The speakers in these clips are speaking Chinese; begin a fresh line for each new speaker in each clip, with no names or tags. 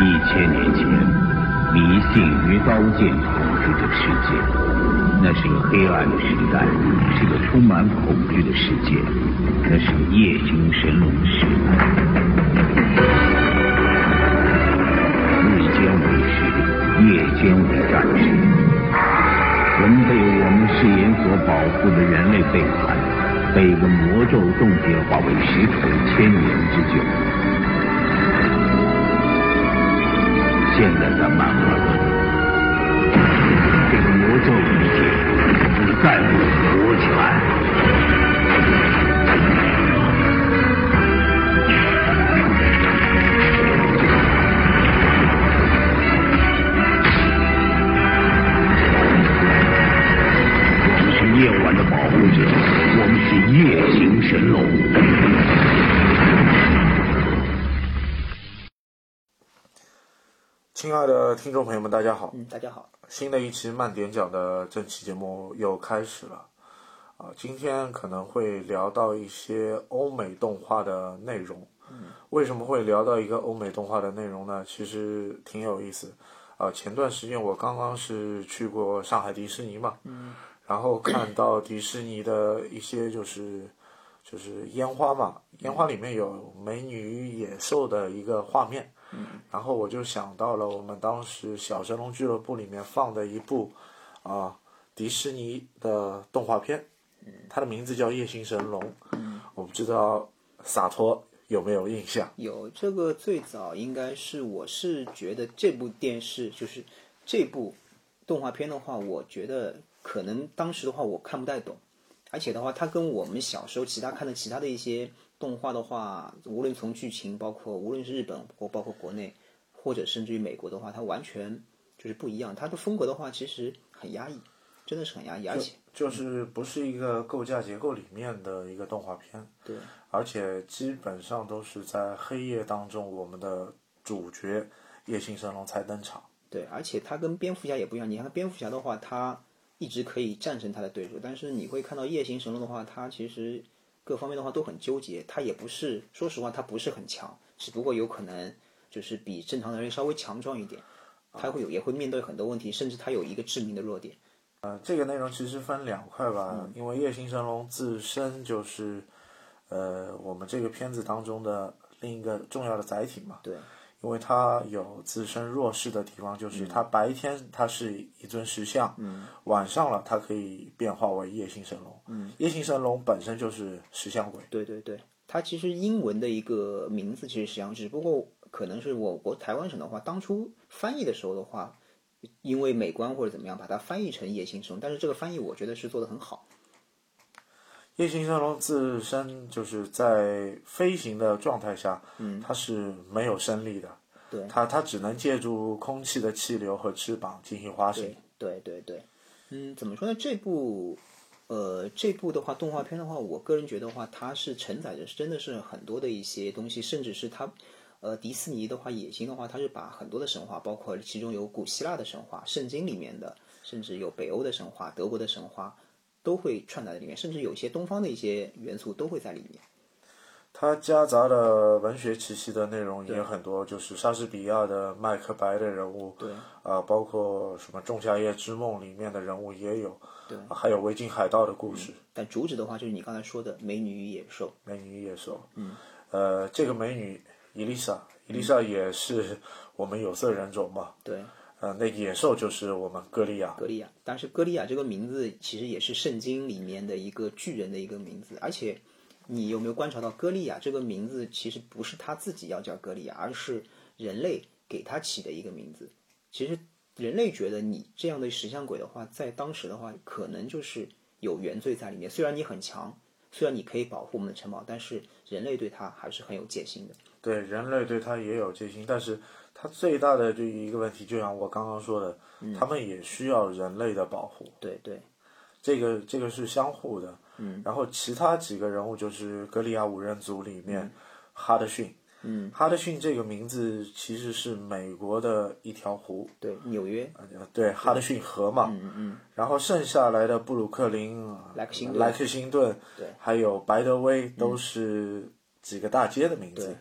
一千年前，迷信与刀剑统治着世界，那是个黑暗的时代，是个充满恐惧的世界，那是个夜行神龙的时代。日间为师，夜间为战士，人被我们誓言所保护的人类背叛，被一个魔咒冻结化为石头千年之久。现在在漫画中，这个魔咒已解，你再不活起来，我们是夜晚的保护者，我们是夜行神龙。
亲爱的听众朋友们，大家好！
嗯，大家好，
新的一期慢点讲的这期节目又开始了。啊、今天可能会聊到一些欧美动画的内容。为什么会聊到一个欧美动画的内容呢？其实挺有意思。啊、前段时间我刚刚是去过上海迪士尼嘛，然后看到迪士尼的一些就是就是烟花嘛，烟花里面有美女与野兽的一个画面。然后我就想到了我们当时小神龙俱乐部里面放的一部啊、迪士尼的动画片，嗯它的名字叫《夜行神龙》。我不知道洒脱有没有印象？
有这个最早应该是我是觉得这部电视就是这部动画片的话，我觉得可能当时的话我看不太懂，而且的话，它跟我们小时候其他看的其他的一些动画的话，无论从剧情，包括无论是日本或包括国内，或者甚至于美国的话，它完全就是不一样。它的风格的话，其实很压抑，真的是很压抑，而且
就是不是一个构架结构里面的一个动画片，
对
而且基本上都是在黑夜当中，我们的主角夜行神龙才登场。
对，而且他跟蝙蝠侠也不一样。你看蝙蝠侠的话，他一直可以战胜他的对手，但是你会看到夜行神龙的话，他其实各方面的话都很纠结。他也不是，说实话，他不是很强，只不过有可能就是比正常的人稍微强壮一点。他会有也会面对很多问题，甚至他有一个致命的弱点。
呃，这个内容其实分两块吧，
嗯
因为夜行神龙自身就是，呃，我们这个片子当中的另一个重要的载体嘛。
对，
因为它有自身弱势的地方，就是
嗯
它白天它是一尊石像，晚上了它可以变化为夜行神龙。
嗯
夜行神龙本身就是石像鬼，
对对对，它其实英文的一个名字其实是这样，只不过可能是我国台湾省的话，当初翻译的时候的话，因为美观或者怎么样，把它翻译成夜行神龙，但是这个翻译我觉得是做的很好。
夜行神龙自身就是在飞行的状态下，它是没有升力的，
嗯对
它它只能借助空气的气流和翅膀进行滑行。
对对对，嗯，怎么说呢？这部，呃，这部的话，动画片的话，我个人觉得的话，它是承载着真的是很多的一些东西，甚至是它，呃，迪士尼的话，野心的话，它是把很多的神话，包括其中有古希腊的神话、圣经里面的，甚至有北欧的神话、德国的神话，都会串在里面，甚至有一些东方的一些元素都会在里面。
它夹杂了文学气息的内容也很多，就是莎士比亚的《麦克白》的人物，
对
啊、包括什么《仲夏夜之梦》里面的人物也有，
对
啊还有维京海盗的故事，
但主旨的话，就是你刚才说的美女与野兽，
美女与野兽，嗯，呃，这个美女伊丽莎，伊丽莎也是我们有色人种嘛，
对，
呃，那野兽就是我们歌利亚，
歌利亚，但是歌利亚这个名字其实也是圣经里面的一个巨人的一个名字，而且你有没有观察到歌利亚这个名字其实不是他自己要叫歌利亚，而是人类给他起的一个名字。其实人类觉得你这样的石像鬼的话，在当时的话，可能就是有原罪在里面。虽然你很强，虽然你可以保护我们的城堡，但是人类对他还是很有戒心的。
对人类对它也有戒心，但是它最大的这一个问题，就像我刚刚说的，他们也需要人类的保护。
对对
这个这个是相互的。嗯，然后其他几个人物就是格里亚五人组里面，
嗯
哈德逊。嗯，哈德逊这个名字其实是美国的一条湖，
对，纽约
呃对，哈德逊河嘛。嗯嗯。然后剩下来的布鲁克林、
莱克辛顿
莱克辛顿，
对嗯
还有白德威，都是几个大街的名字。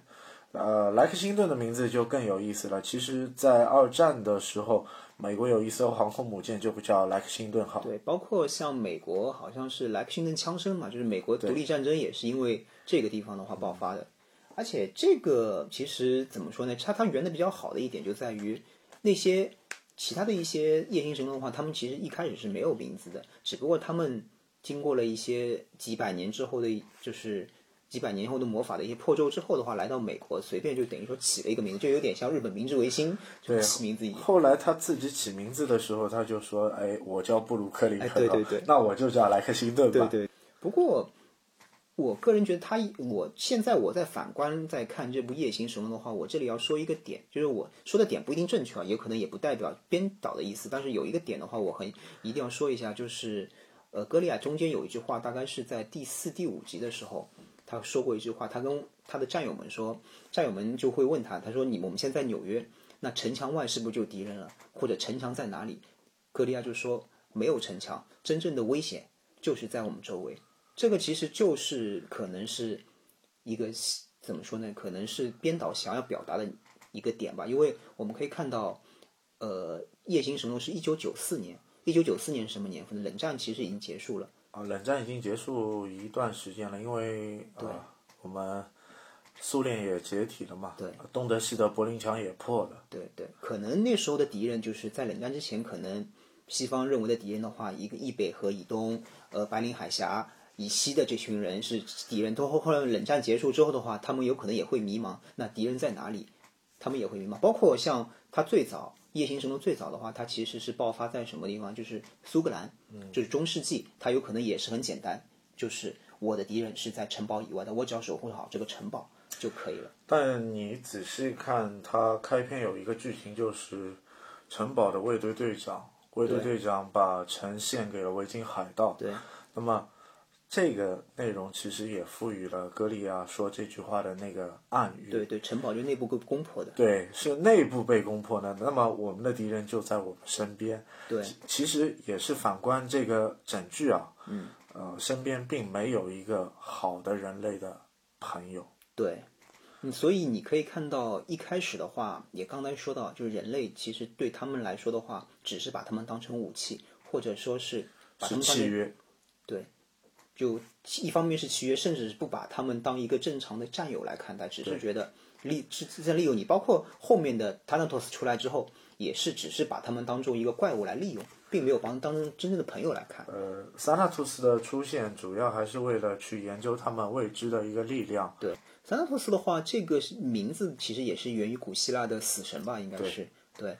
呃，莱克星顿的名字就更有意思了。其实，在二战的时候，美国有一艘航空母舰就不叫莱克星顿号，
对，包括像美国好像是莱克星顿枪声嘛，就是美国独立战争也是因为这个地方的话爆发的。而且这个其实怎么说呢？它它圆的比较好的一点就在于那些其他的一些夜行神龙的话，他们其实一开始是没有名字的，只不过他们经过了一些几百年之后的，就是几百年后的魔法的一些破咒之后的话，来到美国随便就等于说起了一个名字，就有点像日本明治维新就
对
起名字一样。
后来他自己起名字的时候，他就说：“哎，我叫布鲁克林
哎
克劳
对对对
那我就叫莱克星顿吧。
对对。不过，我个人觉得他，我现在我在反观在看这部《夜行神龙》的话，我这里要说一个点，就是我说的点不一定正确啊，也可能也不代表编导的意思，但是有一个点的话，我很一定要说一下，就是呃，歌利亚中间有一句话，大概是在第四、第五集的时候。他说过一句话，他跟他的战友们说，战友们就会问他，他说：“你我们现在在纽约，那城墙外是不是就敌人了？或者城墙在哪里？”格利亚就说：“没有城墙，真正的危险就是在我们周围。”这个其实就是可能是一个怎么说呢？可能是编导想要表达的一个点吧，因为我们可以看到，呃，《夜行神龙》是一九九四年，一九九四年是什么年份？冷战其实已经结束了。
啊，冷战已经结束一段时间了，因为呃，我们苏联也解体了嘛，呃
对，
东德西德柏林墙也破了，
对对，可能那时候的敌人就是在冷战之前，可能西方认为的敌人的话，一个以北和以东，呃，白令海峡以西的这群人是敌人。都后后来冷战结束之后的话，他们有可能也会迷茫，那敌人在哪里？他们也会迷茫。包括像他最早夜行神龙最早的话，它其实是爆发在什么地方？就是苏格兰，就是中世纪，它有可能也是很简单，就是我的敌人是在城堡以外的，我只要守护好这个城堡就可以了。
但你仔细看，它开篇有一个剧情，就是城堡的卫队队长，卫队
对
队长把城献给了维京海盗。
对，
那么这个内容其实也赋予了歌利亚说这句话的那个暗喻。
对对，城堡就内部攻攻破的。
对，是内部被攻破呢。那么我们的敌人就在我们身边。
对
其，其实也是反观这个整句啊，嗯，呃，身边并没有一个好的人类的朋友。
对，嗯，所以你可以看到一开始的话，也刚才说到，就是人类其实对他们来说的话，只是把他们当成武器，或者说是把他
是
们当
契
成
约，
对，就一方面是契约，甚至是不把他们当一个正常的战友来看待，只是
对
觉得利是是在利用你。包括后面的 Thanatos 出来之后，也是只是把他们当做一个怪物来利用，并没有把他们当成真正的朋友来看。
呃，萨纳图斯的出现主要还是为了去研究他们未知的一个力量。
对，萨拉托斯的话，这个是名字其实也是源于古希腊的死神吧，应该是对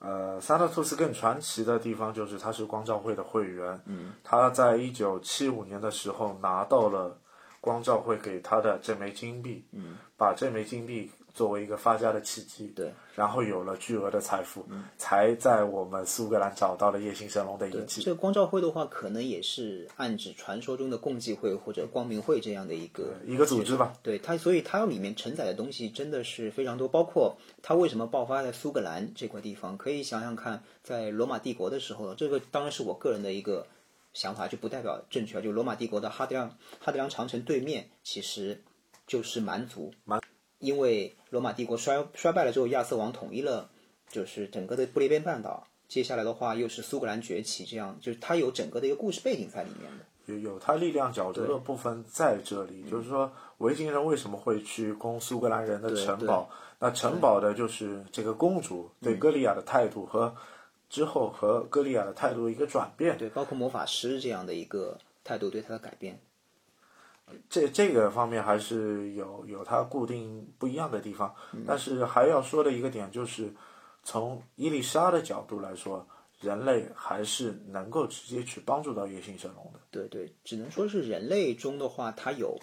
呃，萨纳图斯更传奇的地方就是他是光照会的会员。嗯，他在一九七五年的时候拿到了光照会给他的这枚金币。嗯，把这枚金币作为一个发家的契机。
对，嗯
然后有了巨额的财富，才在我们苏格兰找到了夜行神龙的遗
对。
迹。
这个光照会的话，可能也是暗指传说中的共济会或者光明会这样的一个
一个组织吧。
对它，所以它里面承载的东西真的是非常多，包括它为什么爆发在苏格兰这块地方，可以想想看，在罗马帝国的时候，这个当然是我个人的一个想法，就不代表正确。就罗马帝国的哈德良哈德良长城对面，其实就是蛮族，蛮，因为罗马帝国衰衰败了之后，亚瑟王统一了，就是整个的不列颠半岛。接下来的话，又是苏格兰崛起，这样就是它有整个的一个故事背景在里面的。
有有他力量角逐的部分在这里，就是说维京人为什么会去攻苏格兰人的城堡？那城堡的就是这个公主对歌利亚的态度和之后和歌利亚的态度一个转变。
对，包括魔法师这样的一个态度对它的改变。
这这个方面还是有有它固定不一样的地方，但是还要说的一个点就是，从伊丽莎的角度来说，人类还是能够直接去帮助到夜行神龙的。
对对，只能说是人类中的话，它有，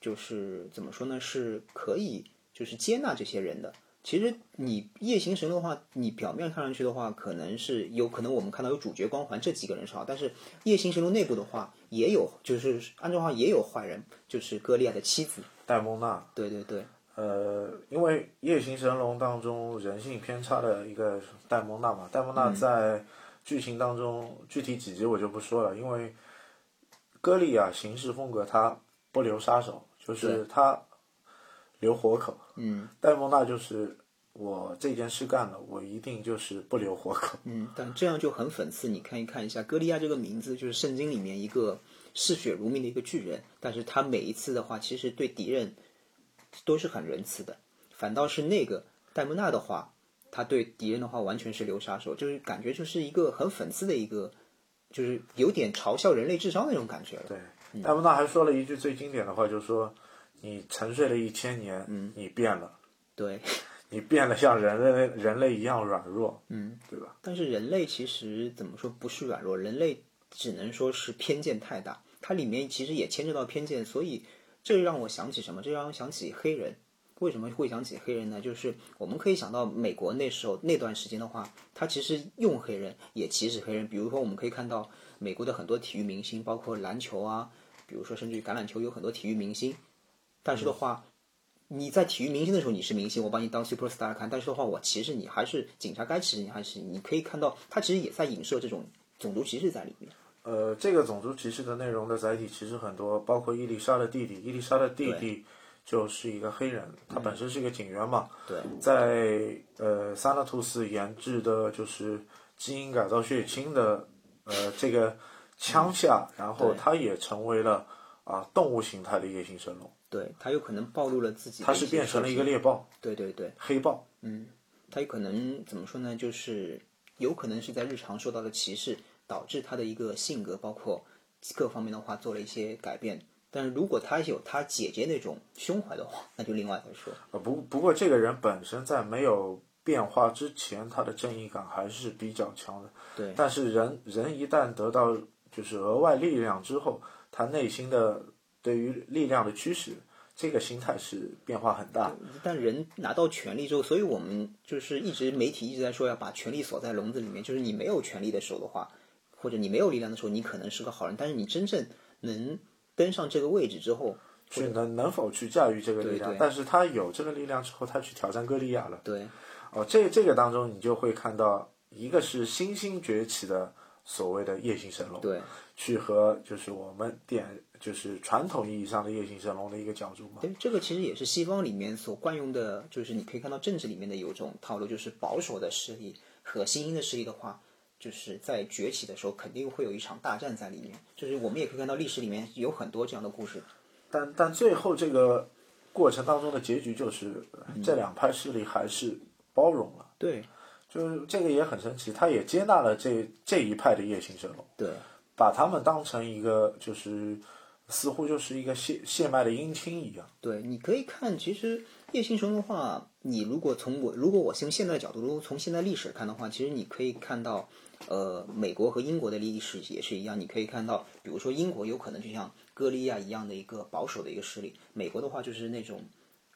就是怎么说呢，是可以就是接纳这些人的。其实你夜行神的话，你表面看上去的话，可能是有可能我们看到有主角光环这几个人是好，但是夜行神龙内部的话，也有就是按照话也有坏人，就是歌利亚的妻子。
戴蒙娜，
对对对
呃，因为《夜行神龙》当中人性偏差的一个戴蒙娜嘛，戴蒙
嗯
娜在剧情当中、具体几集我就不说了，因为歌利亚行事风格他不留杀手，就是他留活口。
嗯
戴梦娜就是我这件事干了，我一定就是不留活口。
嗯，但这样就很讽刺。你看一看一下，歌利亚这个名字就是圣经里面一个嗜血如命的一个巨人，但是他每一次的话，其实对敌人都是很仁慈的，反倒是那个戴蒙娜的话，他对敌人的话完全是流杀手，就是感觉就是一个很讽刺的一个，就是有点嘲笑人类智商那种感觉了。
对，
嗯
戴梦娜还说了一句最经典的话，就是说：“你沉睡了一千年，
嗯
你变了，
对，
你变得像人类人类一样软弱，
嗯，
对吧？
但是人类其实怎么说不是软弱，人类只能说是偏见太大，它里面其实也牵扯到偏见，所以这让我想起什么？这让我想起黑人。为什么会想起黑人呢？就是我们可以想到美国那时候那段时间的话，他其实用黑人也歧视黑人。比如说，我们可以看到美国的很多体育明星，包括篮球啊，比如说甚至于橄榄球，有很多体育明星。但是的话，你在体育明星的时候你是明星，我把你当 super star 看，但是的话，我歧视你还是警察该歧视你还是你可以看到，他其实也在影射这种种族歧视在里面。
呃，这个种族歧视的内容的载体其实很多，包括伊丽莎的弟弟。伊丽莎的弟弟就是一个黑人，他本身是一个警员嘛。
对
在呃萨那图斯研制的就是基因改造血清的呃这个枪下，然后
对
他也成为了啊、动物形态的夜行神龙，
对，他有可能暴露了自己的
他
一
是
些
变成了一个猎豹、
对对对，
黑豹。
他有可能怎么说呢？就是有可能是在日常受到的歧视，导致他的一个性格，包括各方面的话做了一些改变。但是如果他有他姐姐那种胸怀的话，那就另外再说。
呃，不不过这个人本身在没有变化之前，他的正义感还是比较强的。
对
但是人人一旦得到就是额外力量之后，他内心的对于力量的驱使，这个心态是变化很大。
但人拿到权力之后，所以我们就是一直媒体一直在说要把权力锁在笼子里面，就是你没有权力的时候的话，或者你没有力量的时候，你可能是个好人，但是你真正能登上这个位置之后，
去能能否去驾驭这个力量？
对对
但是他有这个力量之后，他去挑战歌利亚了。
对
哦，这这个当中你就会看到，一个是新兴崛起的所谓的夜行神龙，
对
去和就是我们点就是传统意义上的夜行神龙的一个角逐嘛。
对，这个其实也是西方里面所惯用的，就是你可以看到政治里面的有一种套路，就是保守的势力和新兴的势力的话，就是在崛起的时候肯定会有一场大战在里面，就是我们也可以看到历史里面有很多这样的故事。
但但最后这个过程当中的结局就是，这两派势力还是包容了，
对
就是这个也很神奇，他也接纳了这这一派的夜行神龙，
对
把他们当成一个就是似乎就是一个血血脉的姻亲一样。
对，你可以看，其实叶星辰的话，你如果从我如果我从现在的角度，如果从现在历史看的话，其实你可以看到，呃，美国和英国的历史也是一样，你可以看到，比如说英国有可能就像歌利亚一样的一个保守的一个势力，美国的话就是那种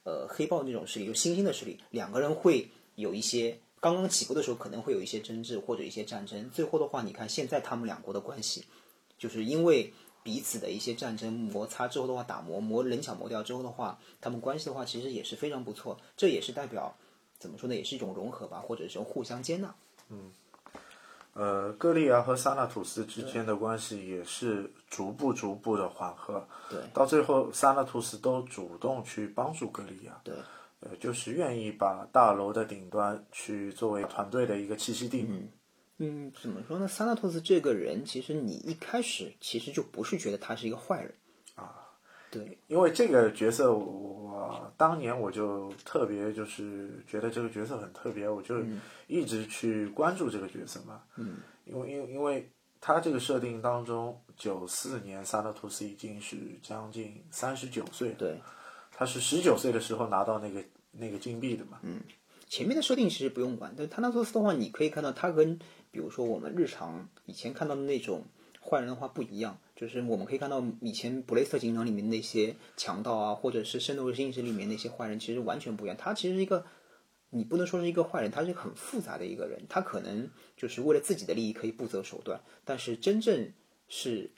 呃黑豹那种势力，就新兴的势力，两个人会有一些刚刚起步的时候可能会有一些争执或者一些战争，最后的话，你看现在他们两国的关系，就是因为彼此的一些战争摩擦之后的话，打磨磨棱角磨掉之后的话，他们关系的话其实也是非常不错，这也是代表怎么说呢，也是一种融合吧，或者是互相接纳。
呃，歌利亚和萨那图斯之间的关系也是逐步逐步的缓和，
对
到最后萨那图斯都主动去帮助歌利亚，
对
呃，就是愿意把大楼的顶端去作为团队的一个栖息地。
嗯，怎么说呢？萨拉托斯这个人，其实你一开始其实就不是觉得他是一个坏人啊。对，
因为这个角色我，我当年我就特别就是觉得这个角色很特别，我就
嗯
一直去关注这个角色嘛。嗯，因为因为因为他这个设定当中，九四年萨勒图斯已经是将近三十九岁了，
对，
他是十九岁的时候拿到那个那个金币的嘛。嗯，
前面的设定其实不用管，但他那托斯的话，你可以看到他跟比如说我们日常以前看到的那种坏人的话不一样，就是我们可以看到以前布雷斯特警长里面那些强盗啊，或者是圣斗士星矢里面那些坏人，其实完全不一样。他其实是一个，你不能说是一个坏人，他是很复杂的一个人，他可能就是为了自己的利益可以不择手段，但是真正是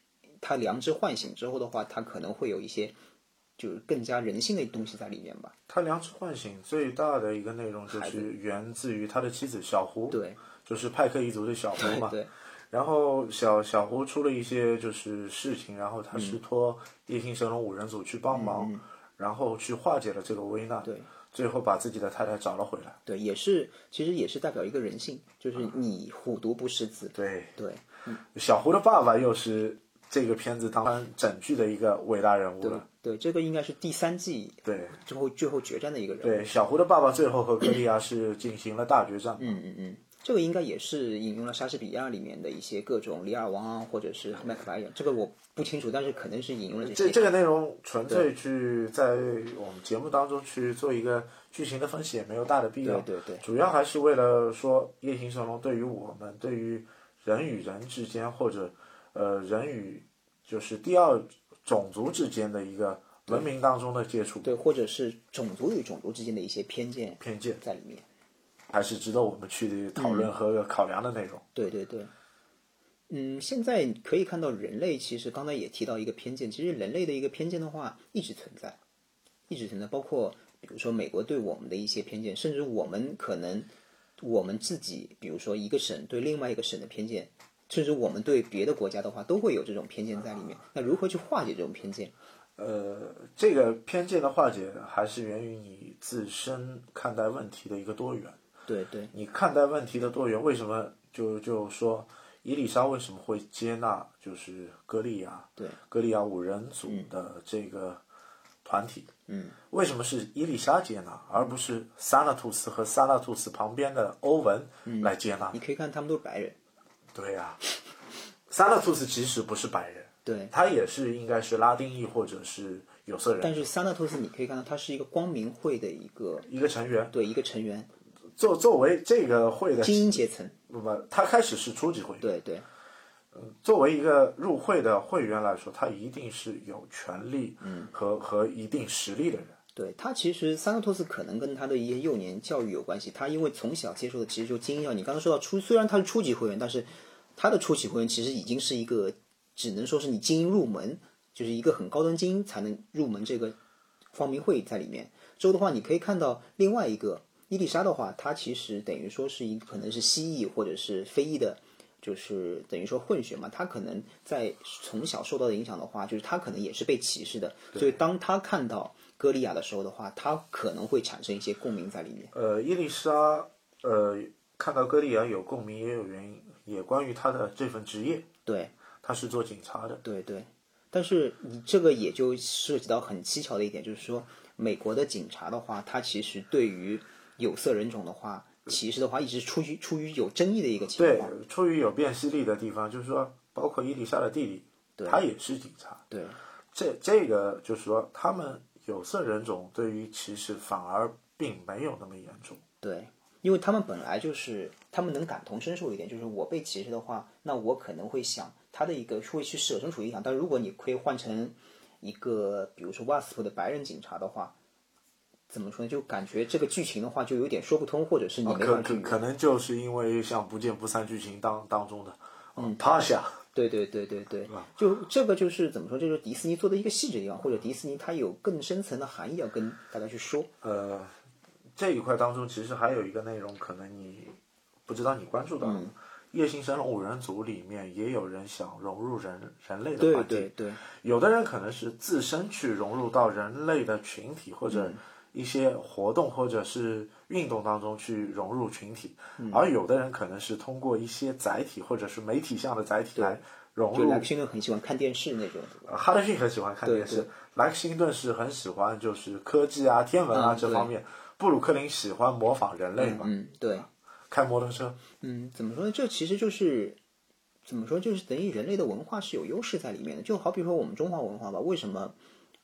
他良知唤醒之后的话，他可能会有一些就是更加人性的东西在里面吧。
他良知唤醒最大的一个内容就
孩
是
子
源自于他的妻子小胡，
对，
就是派克一族的小胡嘛。
对。
然后小小胡嗯出了一些就是事情，然后他是托夜行神龙五人组去帮忙，然后去化解了这个危难，
对，
最后把自己的太太找了回来。
对，也是其实也是代表一个人性，就是你虎毒不食子。
对，
对
小胡的爸爸又是这个片子当中整剧的一个伟大人物
对
了。
对，这个应该是第三季
对
之后最后决战的一个人物。
对，小胡的爸爸最后和歌利亚是进行了大决战。
嗯嗯嗯，这个应该也是引用了莎士比亚里面的一些各种李尔王啊，或者是麦克白人，这个我不清楚，但是可能是引用了
这
这些。
这个内容纯粹去在我们节目当中去做一个剧情的分析，也没有大的必要。
对对对
主要还是为了说《夜行神龙》对于我们，对于人与人之间，或者呃人与就是第二种族之间的一个文明当中的接触
对，或者是种族与种族之间的一些偏见
偏见，
在里面。
还是值得我们去讨
嗯
论和考量的内容。
对对对，嗯，现在可以看到人类其实刚才也提到一个偏见，其实人类的一个偏见的话一直存在，一直存在，包括比如说美国对我们的一些偏见，甚至我们可能我们自己，比如说一个省对另外一个省的偏见。甚至我们对别的国家的话，都会有这种偏见在里面。那如何去化解这种偏见？
呃，这个偏见的化解还是源于你自身看待问题的一个多元。
对对
你看待问题的多元，为什么就就说伊丽莎为什么会接纳就是歌利亚
对，
歌利亚五人组的这个团体？
嗯，
为什么是伊丽莎接纳，而不是萨拉图斯和萨拉图斯旁边的欧文
嗯
来接纳？
你可以看他们都是白人，
对呀、萨拉图斯其实不是白人，
对。
他也是应该是拉丁裔或者是有色
但
人
是萨纳托斯，你可以看到他是一个光明会的一个
一个成员。
对一个成员，
作作为这个会的，
精英阶层。
那么他开始是初级会员。
对对
作为一个入会的会员来说，他一定是有权利
嗯
和、和一定实力的人。
对，他其实桑德托斯可能跟他的一些幼年教育有关系。他因为从小接受的其实就精英教育。你刚才说到初，虽然他是初级会员，但是他的初级会员其实已经是一个，只能说是你精英入门，就是一个很高端精英才能入门这个光明会在里面。之后的话，你可以看到另外一个伊丽莎的话，她其实等于说是一可能是蜥蜴或者是非裔的，就是等于说混血嘛。她可能在从小受到的影响的话，就是她可能也是被歧视的，所以当她看到歌利亚的时候的话，她可能会产生一些共鸣在里面。
呃，伊丽莎，呃，看到歌利亚有共鸣，也有原因，也关于他的这份职业，
对
他是做警察的。
对对，但是你这个也就涉及到很蹊跷的一点，就是说美国的警察的话，他其实对于有色人种的话。歧视的话，一直出于出于有争议的一个情
对
况。，
出于有辨识力的地方，就是说，包括伊丽莎的弟弟，他也是警察。
对
这这个就是说，他们有色人种对于歧视反而并没有那么严重。
对，因为他们本来就是他们能感同身受一点，就是我被歧视的话，那我可能会想他的一个会去设身处地想，但如果你可以换成一个比如说 WASP 的白人警察的话，怎么说呢？就感觉这个剧情的话就有点说不通，或者是你嗯没
啊可
法
可
去。
可能就是因为像《不见不散》剧情当当中的，嗯，趴下，
对对对对对，
啊
就这个就是怎么说？这就是迪士尼做的一个细致的地方，或者迪士尼它有更深层的含义要跟大家去说。
呃，这一块当中其实还有一个内容，可能你不知道你关注到，
嗯
夜行神龙五人组》里面也有人想融入人人类的
对
环境，
对对
有的人可能是自身去融入到人类的群体或
嗯
者一些活动或者是运动当中去融入群体，
嗯
而有的人可能是通过一些载体或者是媒体上的载体来融
就
入
莱克辛顿很喜欢看电视那种，对吧
哈德逊很喜欢看电
对
视
对，
莱克辛顿是很喜欢就是科技啊、天文啊
嗯
这方面。布鲁克林喜欢模仿人类嘛，
嗯，对。
开摩托车。
嗯，怎么说呢？这其实就是怎么说，就是等于人类的文化是有优势在里面的。就好比说我们中华文化吧，为什么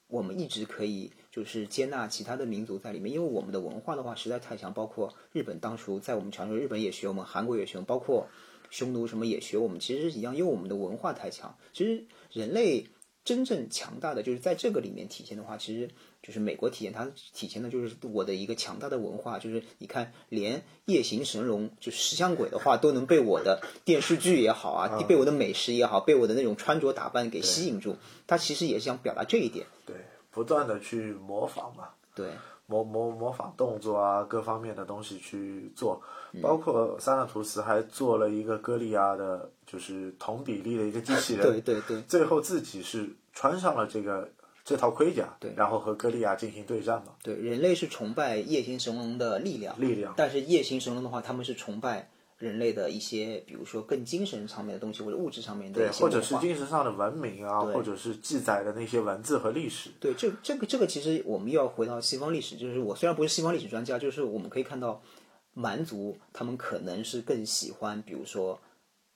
我们一直可以就是接纳其他的民族在里面？因为我们的文化的话实在太强，包括日本当初在我们强盛，日本也学我们，韩国也学我们，包括匈奴什么也学我们，其实是一样，因为我们的文化太强。其实人类真正强大的就是在这个里面体现的话，其实就是美国体现它体现的就是我的一个强大的文化，就是你看，连夜行神龙就食香鬼的话都能被我的电视剧也好啊，被我的美食也好，被我的那种穿着打扮给吸引住，它其实也是想表达这一点，
对，不断的去模仿嘛，
对。
模模模仿动作啊，各方面的东西去做。
嗯
包括萨拉图斯还做了一个歌利亚的，就是同比例的一个机器人。
对对对
最后自己是穿上了这个这这套盔甲，
对
然后和歌利亚进行对战嘛。
对，人类是崇拜夜行神龙的力量，
力量
但是夜行神龙的话，他们是崇拜人类的一些，比如说更精神上面的东西，或者物质上面的
对，
一些
或
文化。
者是精神上的文明啊，
对
或者是记载的那些文字和历史。
对，这这个这个其实我们又要回到西方历史，就是我虽然不是西方历史专家，就是我们可以看到蛮族他们可能是更喜欢，比如说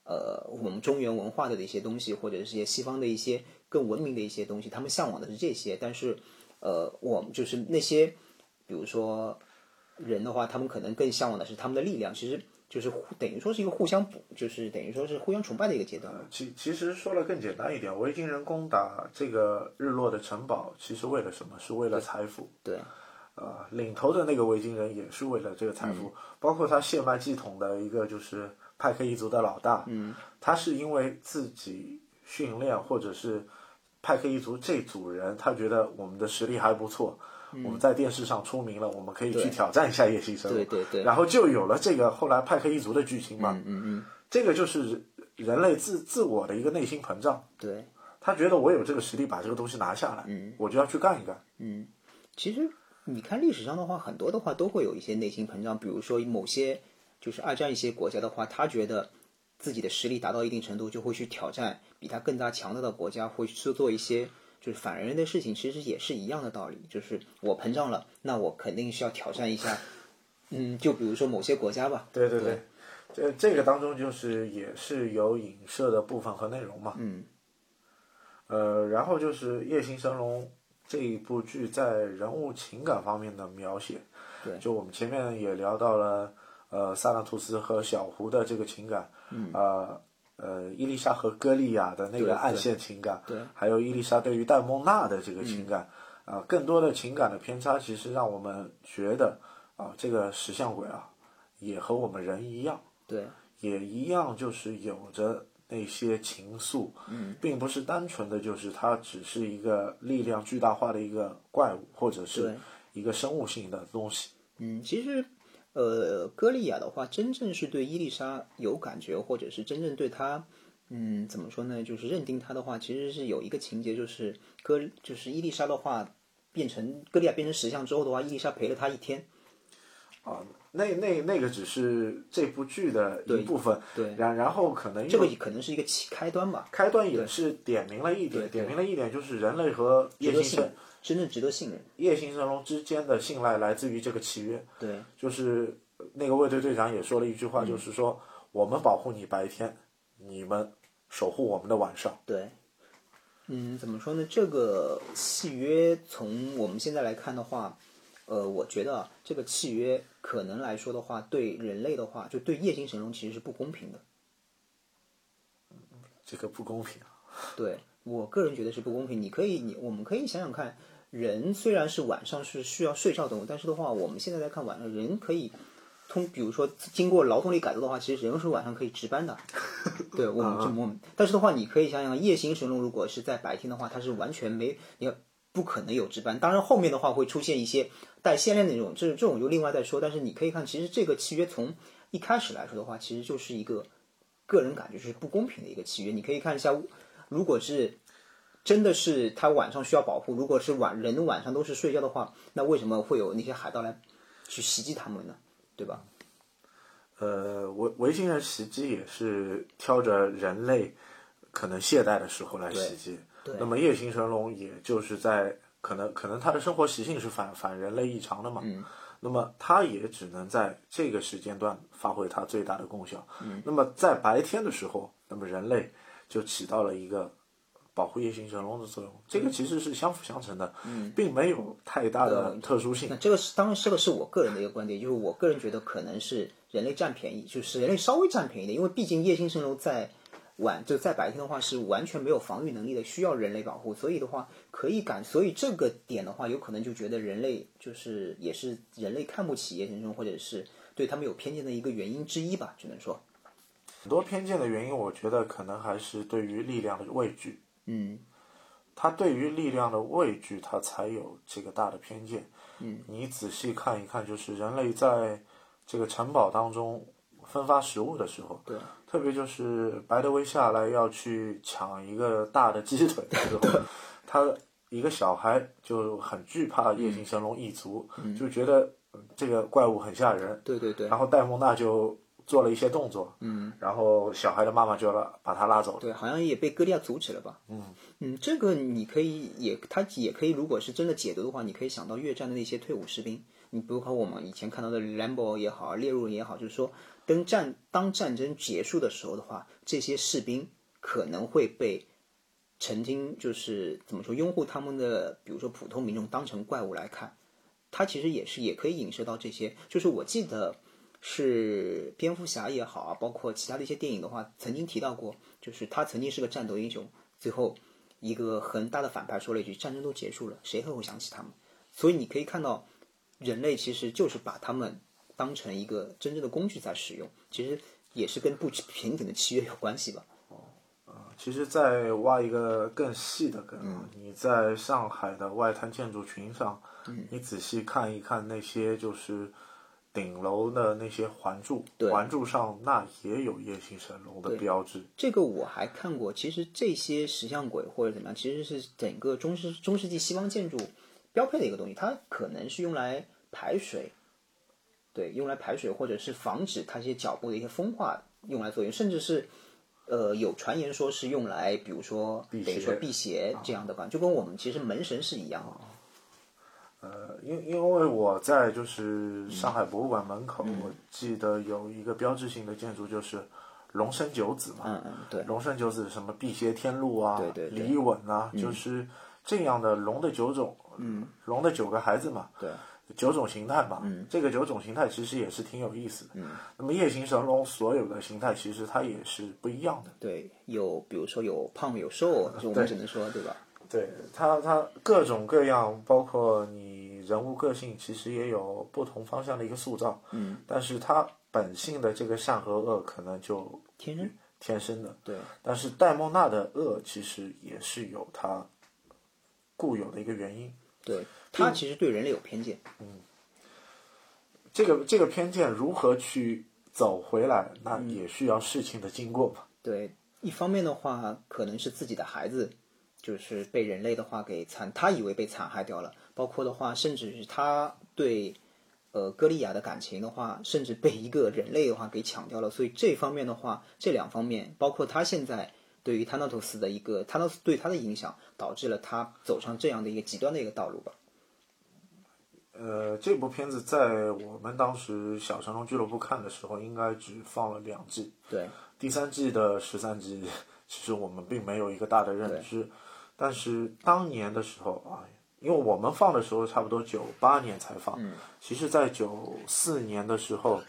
呃我们中原文化的一些东西，或者是一些西方的一些更文明的一些东西，他们向往的是这些，但是呃我们就是那些比如说人的话，他们可能更向往的是他们的力量，其实就是互等于说是一个互相补，就是等于说是互相崇拜的一个阶段吧。
其其实说的更简单一点，维京人攻打这个日落的城堡，其实为了什么？是为了财富。
对，
啊、领头的那个维京人也是为了这个财
嗯
富，包括他血脉系统的一个就是派克一族的老大，嗯，他是因为自己训练或者是派克一族这组人，他觉得我们的实力还不错，我们在电视上出名了，我们可以去挑战一下夜行生物，
嗯对对对
然后就有了这个后来派克一族的剧情嘛，嗯嗯，这个就是人人类自自我的一个内心膨胀，
对。
他觉得我有这个实力把这个东西拿下来，嗯，我就要去干一干，
其实你看历史上的话，很多的话都会有一些内心膨胀，比如说某些就是二战一些国家的话，他觉得自己的实力达到一定程度，就会去挑战比他更加强大的国家，会去做一些就是反人类的事情，其实也是一样的道理，就是我膨胀了，那我肯定是要挑战一下。嗯，就比如说某些国家吧，
对对对，这这个当中就是也是有影射的部分和内容嘛。
嗯，
呃，然后就是《夜行神龙》这一部剧在人物情感方面的描写，
对
就我们前面也聊到了，呃，萨拉图斯和小胡的这个情感，嗯，呃。呃，伊丽莎和歌利亚的那
对
个暗
对
线情感，
对嗯
还有伊丽莎对于戴梦娜的这个情感，啊、更多的情感的偏差，其实让我们觉得啊、这个石像鬼啊，也和我们人一样，
对
也一样，就是有着那些情愫，嗯，并不是单纯的就是它只是一个力量巨大化的一个怪物，或者
对
是一个生物性的东西。
嗯，其实，呃，歌利亚的话，真正是对伊丽莎有感觉，或者是真正对她，嗯，怎么说呢？就是认定她的话，其实是有一个情节，就是歌，就是伊丽莎的话，变成歌利亚变成石像之后的话，伊丽莎陪了他一天。
那那那个只是这部剧的
对
一部分，
对
然然后可能
这个
又
可能是一个起开端吧，
开端也是点明了一
对对
点，点明了一点就是人类和夜
值得
行
信任
神，
真正值得信任。
夜行神龙之间的信赖来自于这个契约，
对
就是那个卫队队长也说了一句话，就是说我们保护你白天，你们守护我们的晚上。
对，嗯，怎么说呢？这个契约从我们现在来看的话，呃，我觉得啊这个契约可能来说的话，对人类的话，就对夜行神龙其实是不公平的。
这个不公平啊。
对我个人觉得是不公平。你可以，你我们可以想想看，人虽然是晚上是需要睡觉的动物，但是的话，我们现在来看晚上人可以通，比如说经过劳动力改造的话，其实人是晚上可以值班的。对我们这我们，但是的话，你可以想想，夜行神龙如果是在白天的话，它是完全没你不可能有值班。当然后面的话会出现一些带限量的那种，这这种就另外再说。但是你可以看，其实这个契约从一开始来说的话，其实就是一个个人感觉是不公平的一个契约。你可以看一下，如果是真的是他晚上需要保护，如果是晚人晚上都是睡觉的话，那为什么会有那些海盗来去袭击他们呢？对吧？
呃，维维京人袭击也是挑着人类可能懈怠的时候来袭击。
对对
那么夜行神龙也就是在可能可能他的生活习性是反反人类异常的嘛。那么他也只能在这个时间段发挥他最大的功效。那么在白天的时候，那么人类就起到了一个保护夜行神龙的作用。这个其实是相辅相成的，并没有太大的特殊性
那。这个是当然，这个是我个人的一个观点，就是我个人觉得可能是人类占便宜，就是人类稍微占便宜的，因为毕竟夜行神龙在晚就在白天的话是完全没有防御能力的，需要人类保护，所以的话可以感，所以这个点的话，有可能就觉得人类就是也是人类看不起夜行神龙，或者是对他们有偏见的一个原因之一吧，只能说，
很多偏见的原因，我觉得可能还是对于力量的畏惧。
嗯，
他对于力量的畏惧，他才有这个大的偏见。嗯，你仔细看一看，就是人类在这个城堡当中分发食物的时候，
对，
特别就是白德威下来要去抢一个大的鸡腿的时候，他一个小孩就很惧怕夜行神龙一族，就觉得嗯这个怪物很吓人。
对对对
然后戴梦娜就做了一些动作，嗯，然后小孩的妈妈就拉把他拉走了。
对，好像也被歌利亚阻止了吧？嗯嗯，这个你可以也，他也可以，如果是真的解读的话，你可以想到越战的那些退伍士兵，你包括我们以前看到的兰博也好，列入也好，就是说，等战当战争结束的时候的话，这些士兵可能会被曾经就是怎么说拥护他们的，比如说普通民众当成怪物来看，他其实也是也可以影射到这些，就是我记得。是蝙蝠侠也好啊，包括其他的一些电影的话，曾经提到过，就是他曾经是个战斗英雄，最后一个很大的反派说了一句：“战争都结束了，谁还会想起他们？”所以你可以看到，人类其实就是把他们当成一个真正的工具在使用，其实也是跟不平等的契约有关系吧？
其实再挖一个更细的梗，
嗯
啊，你在上海的外滩建筑群上，
嗯
你仔细看一看那些就是顶楼的那些环柱，
对
环柱上那也有夜行神龙的标志。
这个我还看过，其实这些石像鬼或者怎么样，其实是整个中世中世纪西方建筑标配的一个东西，它可能是用来排水，对，用来排水或者是防止它这些脚部的一些风化用来作用，甚至是呃有传言说是用来比如说
辟
等于说
邪啊
辟邪这样的吧，就跟我们其实门神是一样的。
呃，因因为我在
嗯
就是上海博物馆门口，我记得有一个标志性的建筑就是龙生九子嘛，
嗯嗯，对，
龙生九子什么辟邪天路啊，
对对对
李稳啊，就是这样的龙的九种，嗯，龙的九个孩子嘛，
对，
九种形态嘛，嗯，这个九种形态其实也是挺有意思的，嗯，那么夜行神龙所有的形态其实它也是不一样的，
对，有比如说有胖有瘦，就我们
对
只能说对吧？
对它它各种各样，包括你人物个性，其实也有不同方向的一个塑造，嗯，但是它本性的这个善和恶可能就
天生
天生的，
对，
但是戴梦娜的恶其实也是有它固有的一个原因。
对，他其实对人类有偏见，
这个这个偏见如何去走回来，那也需要事情的经过嘛。
对，一方面的话，可能是自己的孩子，就是被人类的话给残，他以为被残害掉了。包括的话，甚至是他对呃歌利亚的感情的话，甚至被一个人类的话给抢掉了。所以这方面的话，这两方面，包括他现在对于塔纳托斯的一个塔纳斯对他的影响，导致了他走上这样的一个极端的一个道路吧。
呃，这部片子在我们当时小神龙俱乐部看的时候，应该只放了两季，
对，
第三季的十三集， 其实我们并没有一个大的认知。但是当年的时候啊，因为我们放的时候差不多九八年才放，其实在九四年的时候，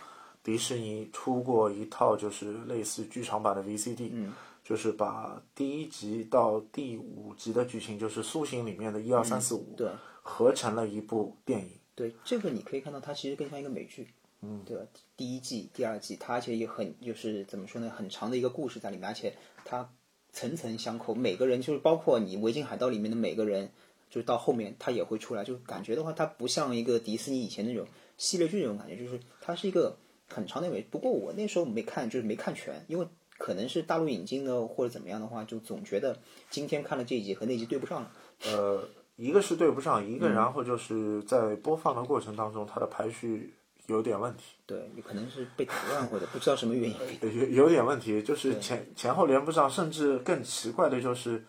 迪士尼出过一套就是类似剧场版的 VCD，、就是把第一集到第五集的剧情，就是苏醒里面的一二三四五，
嗯对
合成了一部电影。
对，这个你可以看到，它其实更像一个美剧，嗯，对吧？第一季、第二季，它其实也很就是怎么说呢，很长的一个故事在里面，而且它层层相扣，每个人就是包括你《维京海盗》里面的每个人，就是到后面他也会出来，就感觉的话，它不像一个迪士尼以前那种系列剧那种感觉，就是它是一个很长的美。不过我那时候没看，就是没看全，因为。可能是大陆引进的或者怎么样的话，就总觉得今天看了这一集和那集对不上了。
呃，一个是对不上，一个然后就是在播放的过程当中，它的排序有点问题，
对，有可能是被图案或者不知道什么原因。
有有点问题，就是前前后连不上，甚至更奇怪的就是，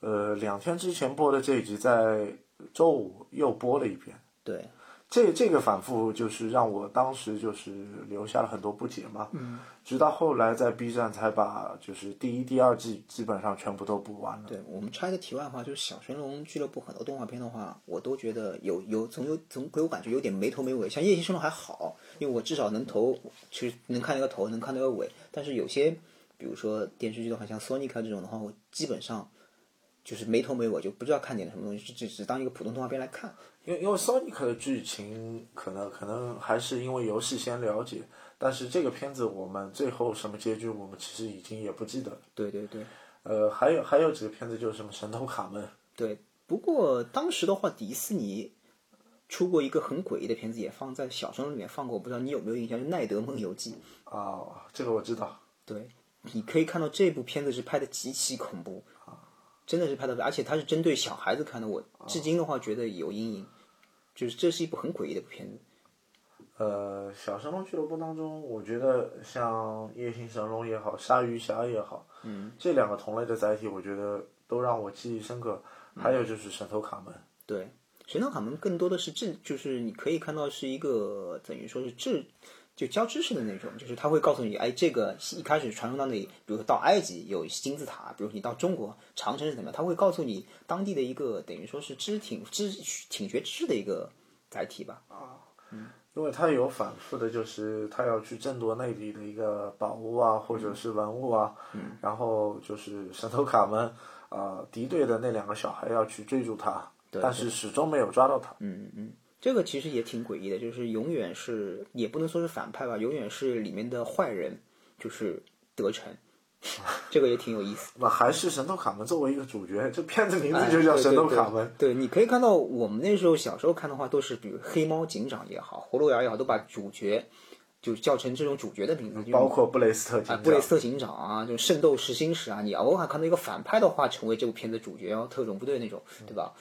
呃，两天之前播的这一集在周五又播了一遍。
对，
这这个反复就是让我当时就是留下了很多不解嘛，嗯，直到后来在 B 站才把就是第一、第二季基本上全部都补完了。
对我们插一个题外话，就是小神龙俱乐部很多动画片的话，我都觉得有有总有总给我感觉有点没头没尾。像夜行神龙还好，因为我至少能头其实能看到一个头，能看到一个尾。但是有些，比如说电视剧的话，像《索尼克》这种的话，我基本上就是没头没尾，就不知道看点了什么东西，就只只当一个普通动画片来看。
因为因为 Sonic 的剧情可能可能还是因为游戏先了解，但是这个片子我们最后什么结局我们其实已经也不记得了。
对对对。
呃，还有还有几个片子就是什么神偷卡门，
对，不过当时的话，迪士尼出过一个很诡异的片子，也放在小神龙里面放过，我不知道你有没有印象，就《奈德梦游记》。
啊，这个我知道。
对，你可以看到这部片子是拍的极其恐怖，真的是拍的，而且它是针对小孩子看的，我至今的话觉得有阴影，就是这是一部很诡异的片子。
呃，小神龙俱乐部当中，我觉得像夜行神龙也好，鲨鱼侠也好，嗯，这两个同类的载体，我觉得都让我记忆深刻。还有就是神偷卡门，
对，《神探卡门》更多的是智，就是你可以看到是一个等于说是智，就交织式的那种，就是他会告诉你，哎，这个一开始传送到那里，比如说到埃及有金字塔，比如你到中国长城是怎么样，他会告诉你当地的一个等于说是知挺知挺觉知识的一个载体吧。
因为它有反复的，就是他要去争夺内地的一个宝物啊，或者是文物啊，然后就是神偷卡门，啊、敌对的那两个小孩要去追逐他，但是始终没有抓到他。
嗯嗯，这个其实也挺诡异的，就是永远是也不能说是反派吧，永远是里面的坏人，就是得逞， 这个也挺有意思。
那、还是神偷卡门作为一个主角， 这片子名字就叫《神偷卡门》
哎对对对。对，你可以看到我们那时候小时候看的话，都是比如黑猫警长也好，葫芦娃也好，都把主角就叫成这种主角的名字，就
嗯包括布雷斯特警
啊
长。
布雷斯特警长啊，就圣斗士星矢啊，你偶尔看到一个反派的话，成为这部片子主角，然后特种部队那种，对吧？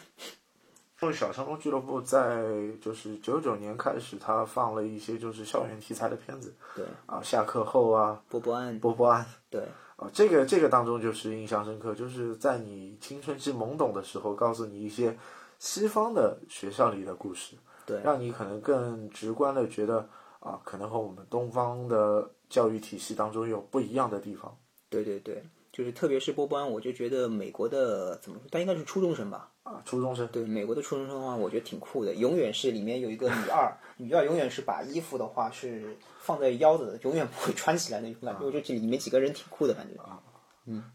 因为小成龙俱乐部在就是九九年开始，他放了一些就是校园题材的片子，
对，
啊，下课后啊，
波波安，
波波安
对
啊，这个这个当中就是印象深刻，就是在你青春期懵懂的时候，告诉你一些西方的学校里的故事，
对，
让你可能更直观的觉得啊，可能和我们东方的教育体系当中有不一样的地方。
对对对，就是特别是波波安，我就觉得美国的怎么说，但应该是初中生吧？
啊，初中生，
对，美国的初中生的话，我觉得挺酷的，永远是里面有一个女二，女二永远是把衣服的话是放在腰子的，永远不会穿起来那种感觉。我觉得这里面几个人挺酷的感觉。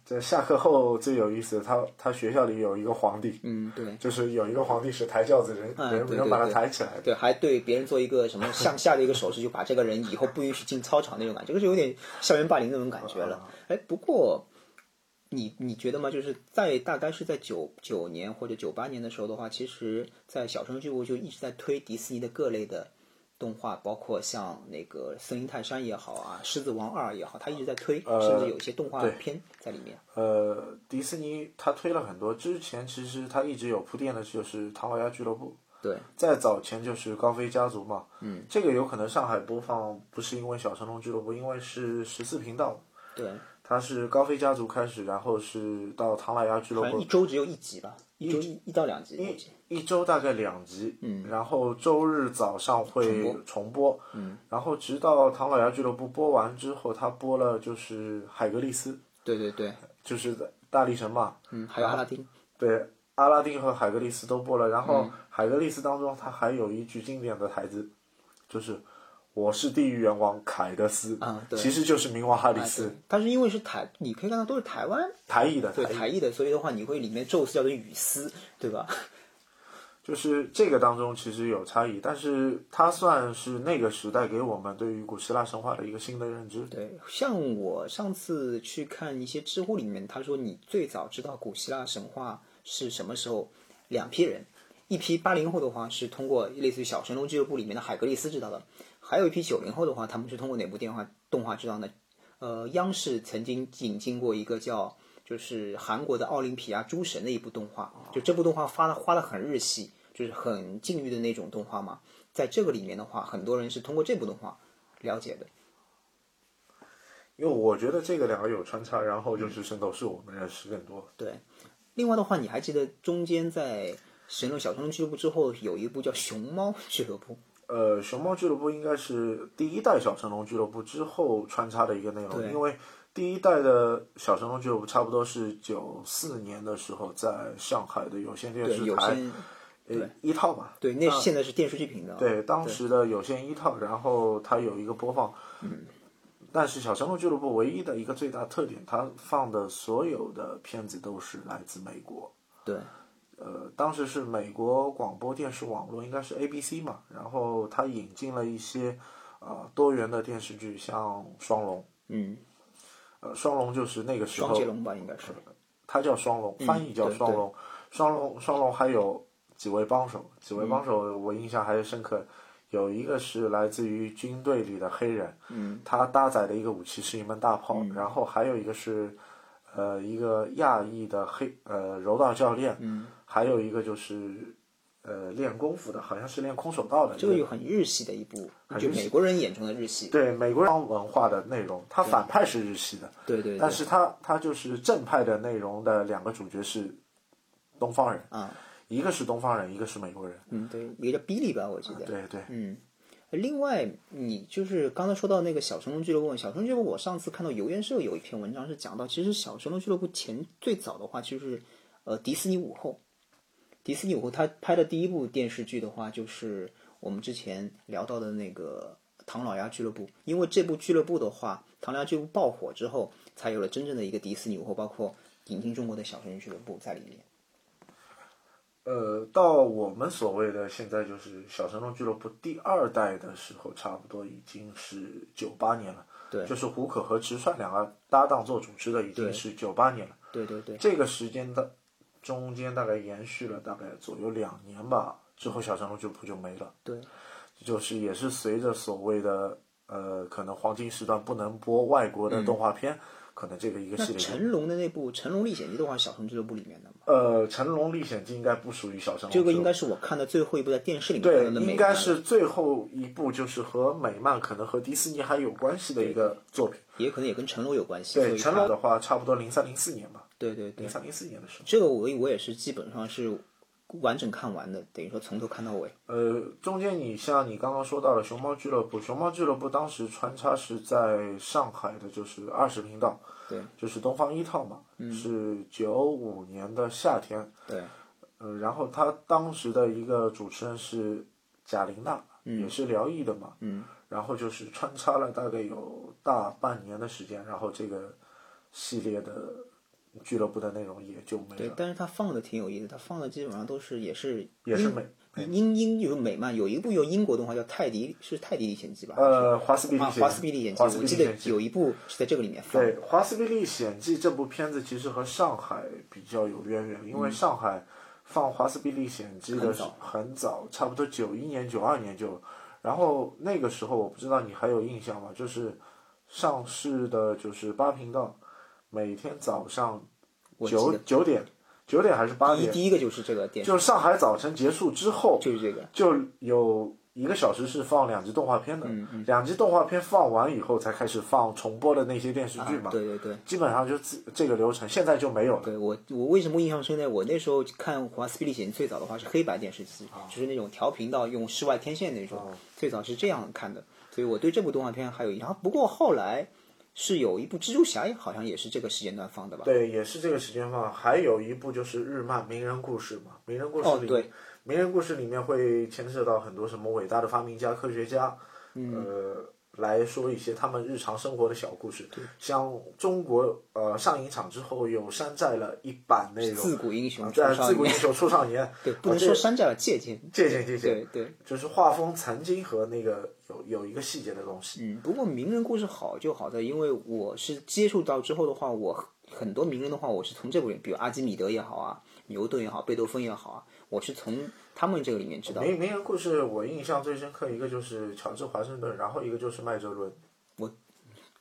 这下课后最有意思，他他学校里有一个皇帝，
嗯，对。
就是有一个皇帝是抬轿子人，
嗯
人
对
人
对
把他
对
抬起来的。
对，还对别人做一个什么向下的一个手势，就把这个人以后不允许进操场那种感觉，这个是有点校园霸凌那种感觉了。哎，不过你你觉得吗？就是在大概是在九九年或者九八年的时候的话，其实，在小生俱乐部就一直在推迪士尼的各类的动画，包括像那个《森林泰山》也好啊，《狮子王二》也好，他一直在推，
呃
甚至有一些动画
对
片在里面。
呃，迪士尼它推了很多，之前其实它一直有铺垫的就是《唐老鸭俱乐部
对》，
再早前就是《高飞家族》嘛。
嗯，
这个有可能上海播放不是因为小神龙俱乐部，因为是十四频道，
对，
它是《高飞家族》开始，然后是到《唐老鸭俱乐
反
部
正一》周只有一集吧，一周一一到两集。我记得
一，一周大概两集，嗯，然后周日早上会
重
重播，嗯，然后直到《唐老鸭俱乐部》播完之后，它播了就是海格力斯，
对对对，
就是大力神嘛，
嗯，还有阿拉丁。
对，阿拉丁和海格力斯都播了，然
嗯
后海格力斯当中他还有一句经典的台词，就是“我是地狱猿王凯德斯”，
啊对
其实就是冥王哈里斯、
对啊但是因为是台，你可以看到都是台湾
台译的
对
台
台
译，
裔的，所以的话你会里面宙斯叫做雨丝，对吧？
就是这个当中其实有差异，但是它算是那个时代给我们对于古希腊神话的一个新的认知。
对，像我上次去看一些知乎里面，他说你最早知道古希腊神话是什么时候？两批人，一批八零后的话是通过类似于《小神龙俱乐部》里面的海格力斯知道的，还有一批九零后的话，他们是通过哪部电话动画知道呢？呃，央视曾经引进过一个叫就是韩国的奥林匹亚诸神的一部动画，就这部动画发的画的很日系，就是很禁欲的那种动画嘛。在这个里面的话，很多人是通过这部动画了解的。
因为我觉得这个两个有穿插，然后就是圣斗士，我们认识更多。
对，另外的话，你还记得中间在神龙小神龙俱乐部之后有一部叫《熊猫 俱乐部》？
呃，熊猫俱乐部应该是第一代小神龙俱乐部之后穿插的一个内容
对，
因为第一代的小神龙俱乐部差不多是九四年的时候在上海的有线电
对，
视
有
台
些
呃一套吧，
对，啊那现在是电视剧频道。
啊对当时的有线一套，然后它有一个播放。
嗯
但是小神龙俱乐部唯一的一个最大特点，它放的所有的片子都是来自美国。
对
呃，当时是美国广播电视网络，应该是 ABC 嘛，然后它引进了一些呃多元的电视剧，像《双龙》，
嗯，
呃，《双龙》就是那个时
双
候
截龙吧，应该是。
它叫《双龙》，翻译叫
对
《双龙》，双龙》《双龙》还有几位帮手，几
嗯
位帮手我印象还是深刻，有一个是来自于军队里的黑人，
嗯，
他搭载的一个武器是一门大炮，然后还有一个是呃，一个亚裔的黑呃柔道教练，嗯，还有一个就是呃练功夫的，好像是练空手道的，
这个又很日系的一部，
很
就
日系
美国人眼中的日系。
对美国人文化的内容，他反派是日系的，
对对对，
但是他他就是正派的内容的两个主角是东方人，
啊，
一个是东方人，一个是美国人，
嗯，对，一个叫比利吧，我记得。
对对，
嗯，另外，你就是刚才说到那个小神龙俱乐部，小神龙俱乐部，我上次看到游园社有一篇文章是讲到，其实小神龙俱乐部前最早的话就是，呃，迪士尼午后，迪士尼午后他拍的第一部电视剧的话，就是我们之前聊到的那个《唐老鸭俱乐部》，因为这部俱乐部的话，《唐老鸭俱乐部》爆火之后，才有了真正的一个迪士尼午后，包括引进中国的小神龙俱乐部在里面。
呃，到我们所谓的现在就是小神龙俱乐部第二代的时候，差不多已经是九八年了。
对
就是胡可和直率两个搭档做主持的，已
对
经是九八年了。
对对对，
这个时间的中间大概延续了大概左右两年吧，之后小神龙俱乐部就没了。
对，
就是也是随着所谓的呃，可能黄金时段不能播外国的动画片，可能这个一个
嗯那
系列就。
成龙的那部《成龙历险记》的话，是小神龙俱乐部里面的嘛。
呃，《成龙历险记》应该不属于小神龙俱
这
乐部，
个应该是我看的最后一部在电视里面看
对
到的，美
应该
漫
是最后一部，就是和美漫可能和迪士尼还有关系的一个作品。
也可能也跟成龙有关系。所
对，嗯
以
成
它
龙的话，差不多零三零四年吧，
对对对
零，三零四年的时候。
这个我我也是基本上是完整看完的，等于说从头看到尾。
呃，中间你像你刚刚说到了熊猫俱乐部，熊猫俱乐部当时穿插是在上海的，就是二十频道，
对
就是东方一套嘛，
嗯
是九五年的夏天。
对
呃，然后他当时的一个主持人是贾玲娜，
嗯
也是辽艺的嘛，嗯，然后就是穿插了大概有大半年的时间，然后这个系列的俱乐部的内容也就没
对
了，，
但是他放的挺有意思，他放的基本上都是也是
也是
英
美
英英有美漫，有一部有英国动画叫《泰迪》，是《泰迪历险记》吧？
呃，华斯比历
啊，
险记，
华斯比历险记
华斯，
我
比
记
历
得
险记
有一部是在这个里面放的。
对《华斯比历险记》这部片子其实和上海比较有渊源，因为上海放《华斯比历险记》的
嗯很
是
早
很早，差不多九一年、九二年就。然后那个时候我不知道你还有印象吗？就是上市的就是八频道，每天早上
我记
九
得
九点，九点还是八
第一
点，
第一个就是这个电视，
就是上海早晨结束之后，
就是这个。
就有一个小时是放两集动画片的，
嗯
两集动画片放完以后才开始放重播的那些电视剧嘛。
啊对对对。
基本上就自这个流程，现在就没有了。
对我，我为什么印象深呢？我那时候看《华斯比历险记》最早的话是黑白电视机，
啊
就是那种调频道用室外天线那种，
哦
最早是这样看的。所以我对这部动画片还有印象。啊然后不过后来是有一部蜘蛛侠，好像也是这个时间段放的吧？
对，也是这个时间放。还有一部就是日漫《名人故事》嘛，《名人故事
哦》
里，
对
名人故事》里面会牵涉到很多什么伟大的发明家、科学家，
嗯
呃，来说一些他们日常生活的小故事。像中国呃上影厂之后有山寨了一版那种
自古英雄
啊对
出少
自古英
年
雄出少年，
对，
啊
不能
这
说山寨了，借鉴。
借鉴借鉴
对，对，
就是画风曾经和那个有有一个细节的东西。
嗯。不过名人故事好就好在，因为我是接触到之后的话，我很多名人的话，我是从这部里，比如阿基米德也好啊，牛顿也好，贝多芬也好啊，我是从他们这个里面知道的。
名名人故事，我印象最深刻一个就是乔治华盛顿，然后一个就是麦哲伦。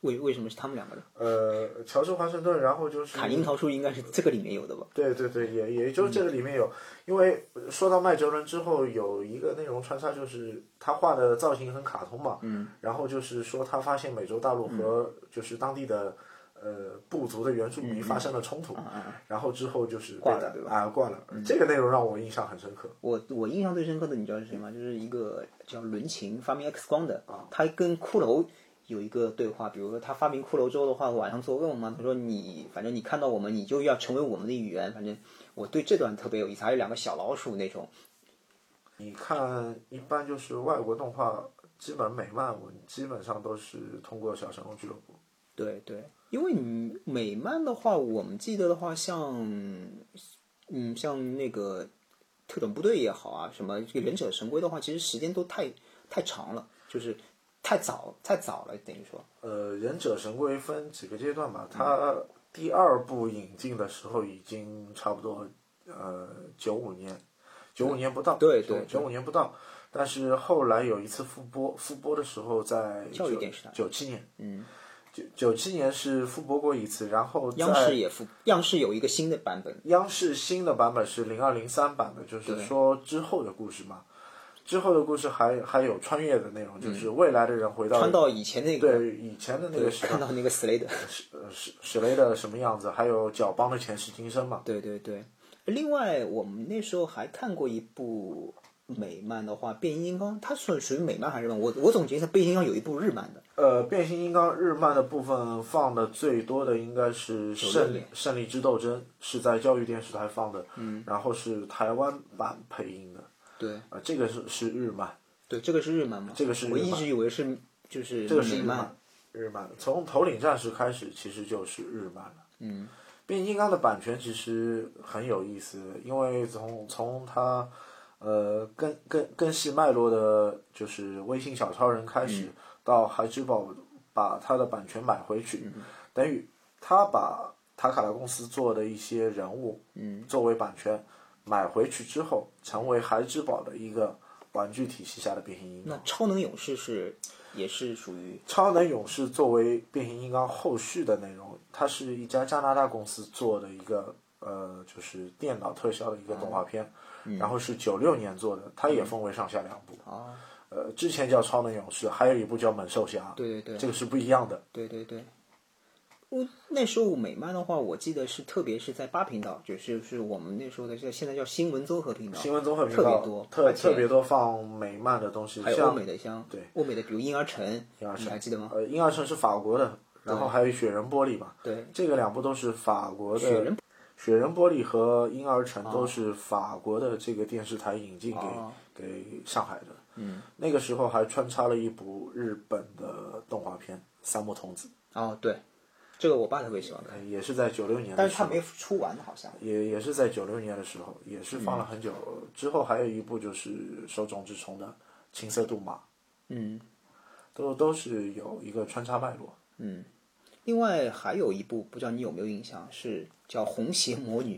为为什么是他们两个呢？
呃，乔治华盛顿，然后就是
卡樱桃树应该是这个里面有的吧？
对对对，也也就是这个里面
嗯
有，因为说到麦哲伦之后，有一个内容穿插，就是他画的造型很卡通嘛，嗯，然后就是说他发现美洲大陆
嗯
和就是当地的、呃部族的原住
嗯
民发生了冲突，然后之后就是被
挂了对吧嗯
啊，挂了，这个内容让我印象很深刻。
我我印象最深刻的你知道是谁吗？就是一个叫伦琴发明 X 光的，他跟骷髅有一个对话，比如说他发明骷髅之后的话，晚上做噩梦嘛，他说你反正你看到我们，你就要成为我们的一员。反正我对这段特别有意思，还有两个小老鼠那种，
你看，一般就是外国动画，基本美漫我基本上都是通过小神龙俱乐部。
对对，因为你美漫的话，我们记得的话，像嗯，像那个特种部队也好啊，什么这个忍者神龟的话，其实时间都太太长了，就是太早太早了，等于说
呃，忍者神龟分几个阶段吧，它第二部引进的时候已经差不多，呃，九五年，九五年不到，
对对
九五年不到。但是后来有一次复播，复播的时候在
教育
九
电视台
九七年，嗯，九九七年是复播过一次，然后在
央视也复，央视有一个新的版本，
央视新的版本是零二零三版的，就是
对
说之后的故事嘛。之后的故事还还有穿越的内容，就是未来的人回到
嗯穿到以前那个，
呃对以前的那个时代
看，到那个 Slade，
呃史史雷的什么样子，还有角邦的前世今生嘛。
对对对。另外，我们那时候还看过一部美漫的话，《变形金刚》，它算属于美漫还是日漫？我我总结一下，《变形金刚》有一部日漫的，
呃，变形金刚日漫的部分放的最多的应该是《
六
胜利
年
胜利之斗争》，是在教育电视台放的，
嗯
然后是台湾版配音的，
对
啊、这个是是日漫，
对，这个是日漫嘛？
这个是日
我
漫
一直以为是就是
这个是
美
日
漫
漫，，日漫从头领战士开始其实就是日漫了。嗯，变形金刚的版权其实很有意思，因为从从它呃更更更细脉络的，就是微信小超人开始，到孩之宝把它的版权买回去，等于他把塔卡拉公司做的一些人物，嗯，作为版权买回去之后，成为孩之宝的一个玩具体系下的变形金刚
那。超能勇士是也是属于
超能勇士作为变形金刚后续的内容，它是一家加拿大公司做的一个呃，就是电脑特效的一个动画片，
嗯
然后是九六年做的，它也分为上下两部。
啊，
呃，之前叫超能勇士，还有一部叫猛兽侠，
对对对
这个是不一样的。
对对对。我那时候美漫的话，我记得是特别是在八频道，就是是我们那时候的现现在叫新闻综合频道，
新闻综合频
啊特
道
别多，
特
而且
特别多放美漫的东西，
还有
像
欧美的像
对
欧美的，比如婴儿城，
婴儿城
你还记得吗？
呃，婴儿城是法国的，然后还有雪人玻璃吧，
对，
这个两部都是法国的。
雪人
雪人玻璃和婴儿城
啊
都是法国的这个电视台引进给、
哦
给上海的。嗯，那个时候还穿插了一部日本的动画片《三木童子
哦对，这个我爸特别喜欢》看，
呃，也是在九六年
但
的
是
时
他
候，
没出完好像。
也也是在九六年的时候，也是放了
嗯
很久。之后还有一部就是手冢治虫的《青色杜马》，
嗯
都都是有一个穿插脉络。
嗯。另外还有一部，不知道你有没有印象，是叫《红鞋魔女》。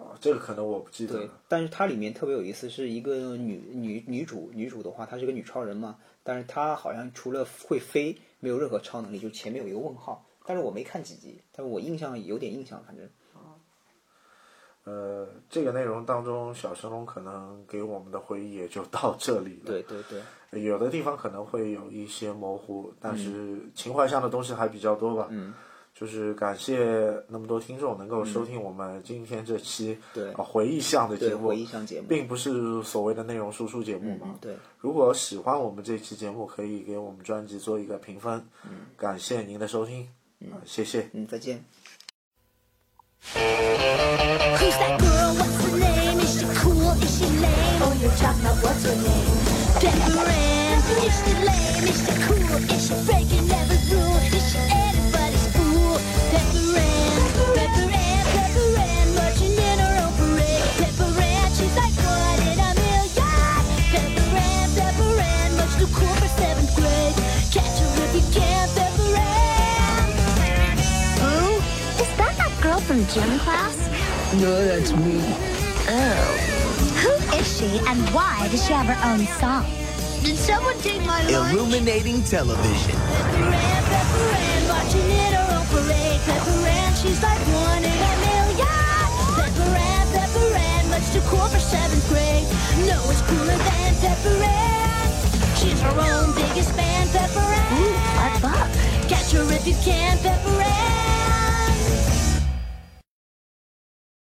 啊，这个可能我不记得
对
了。，
但是它里面特别有意思，是一个女女女主，女主的话她是个女超人嘛，但是她好像除了会飞，没有任何超能力，就前面有一个问号。但是我没看几集，但是我印象有点印象，反正
呃，这个内容当中，小神龙可能给我们的回忆也就到这里了。
对对对
有的地方可能会有一些模糊，但
嗯
是情怀上的东西还比较多吧。嗯，就是感谢那么多听众能够收听我们今天这期
嗯对
啊回忆向的
对，
节目
回，忆像节目，
并不是所谓的内容输出节目嘛
嗯。对，
如果喜欢我们这期节目，可以给我们专辑做一个评分。嗯，感谢您的收听，啊，谢谢。
嗯，再见。
Who's that girl? What's her name? Is she cool? Is she lame? Oh, you're talking about what's her name? Deborah Ann. Is she lame? Is she cool? Is she breaking every rule? Is she anybody's fool? Deborah Ann. Deborah Ann. Deborah Ann. Marching in her own parade. Deborah Ann. She's like one in a million. Deborah Ann. Deborah Ann. Much too cool for seventh grade. Catch her if you can. Deborah Ann.
Boo? Is that that girl from gym class?
No, that's me.
Who is she and why does she have her own song?
Did someone take my lunch?
Illuminating television.
Pepperan, Pepperan, marching in her own parade. Pepperan, she's like one in a million. Pepperan, Pepperan, much too cool for seventh grade. No one's cooler than Pepperan. She's her own biggest fan, Pepperan.
Ooh, what book?
Catch her if you can, Pepperan.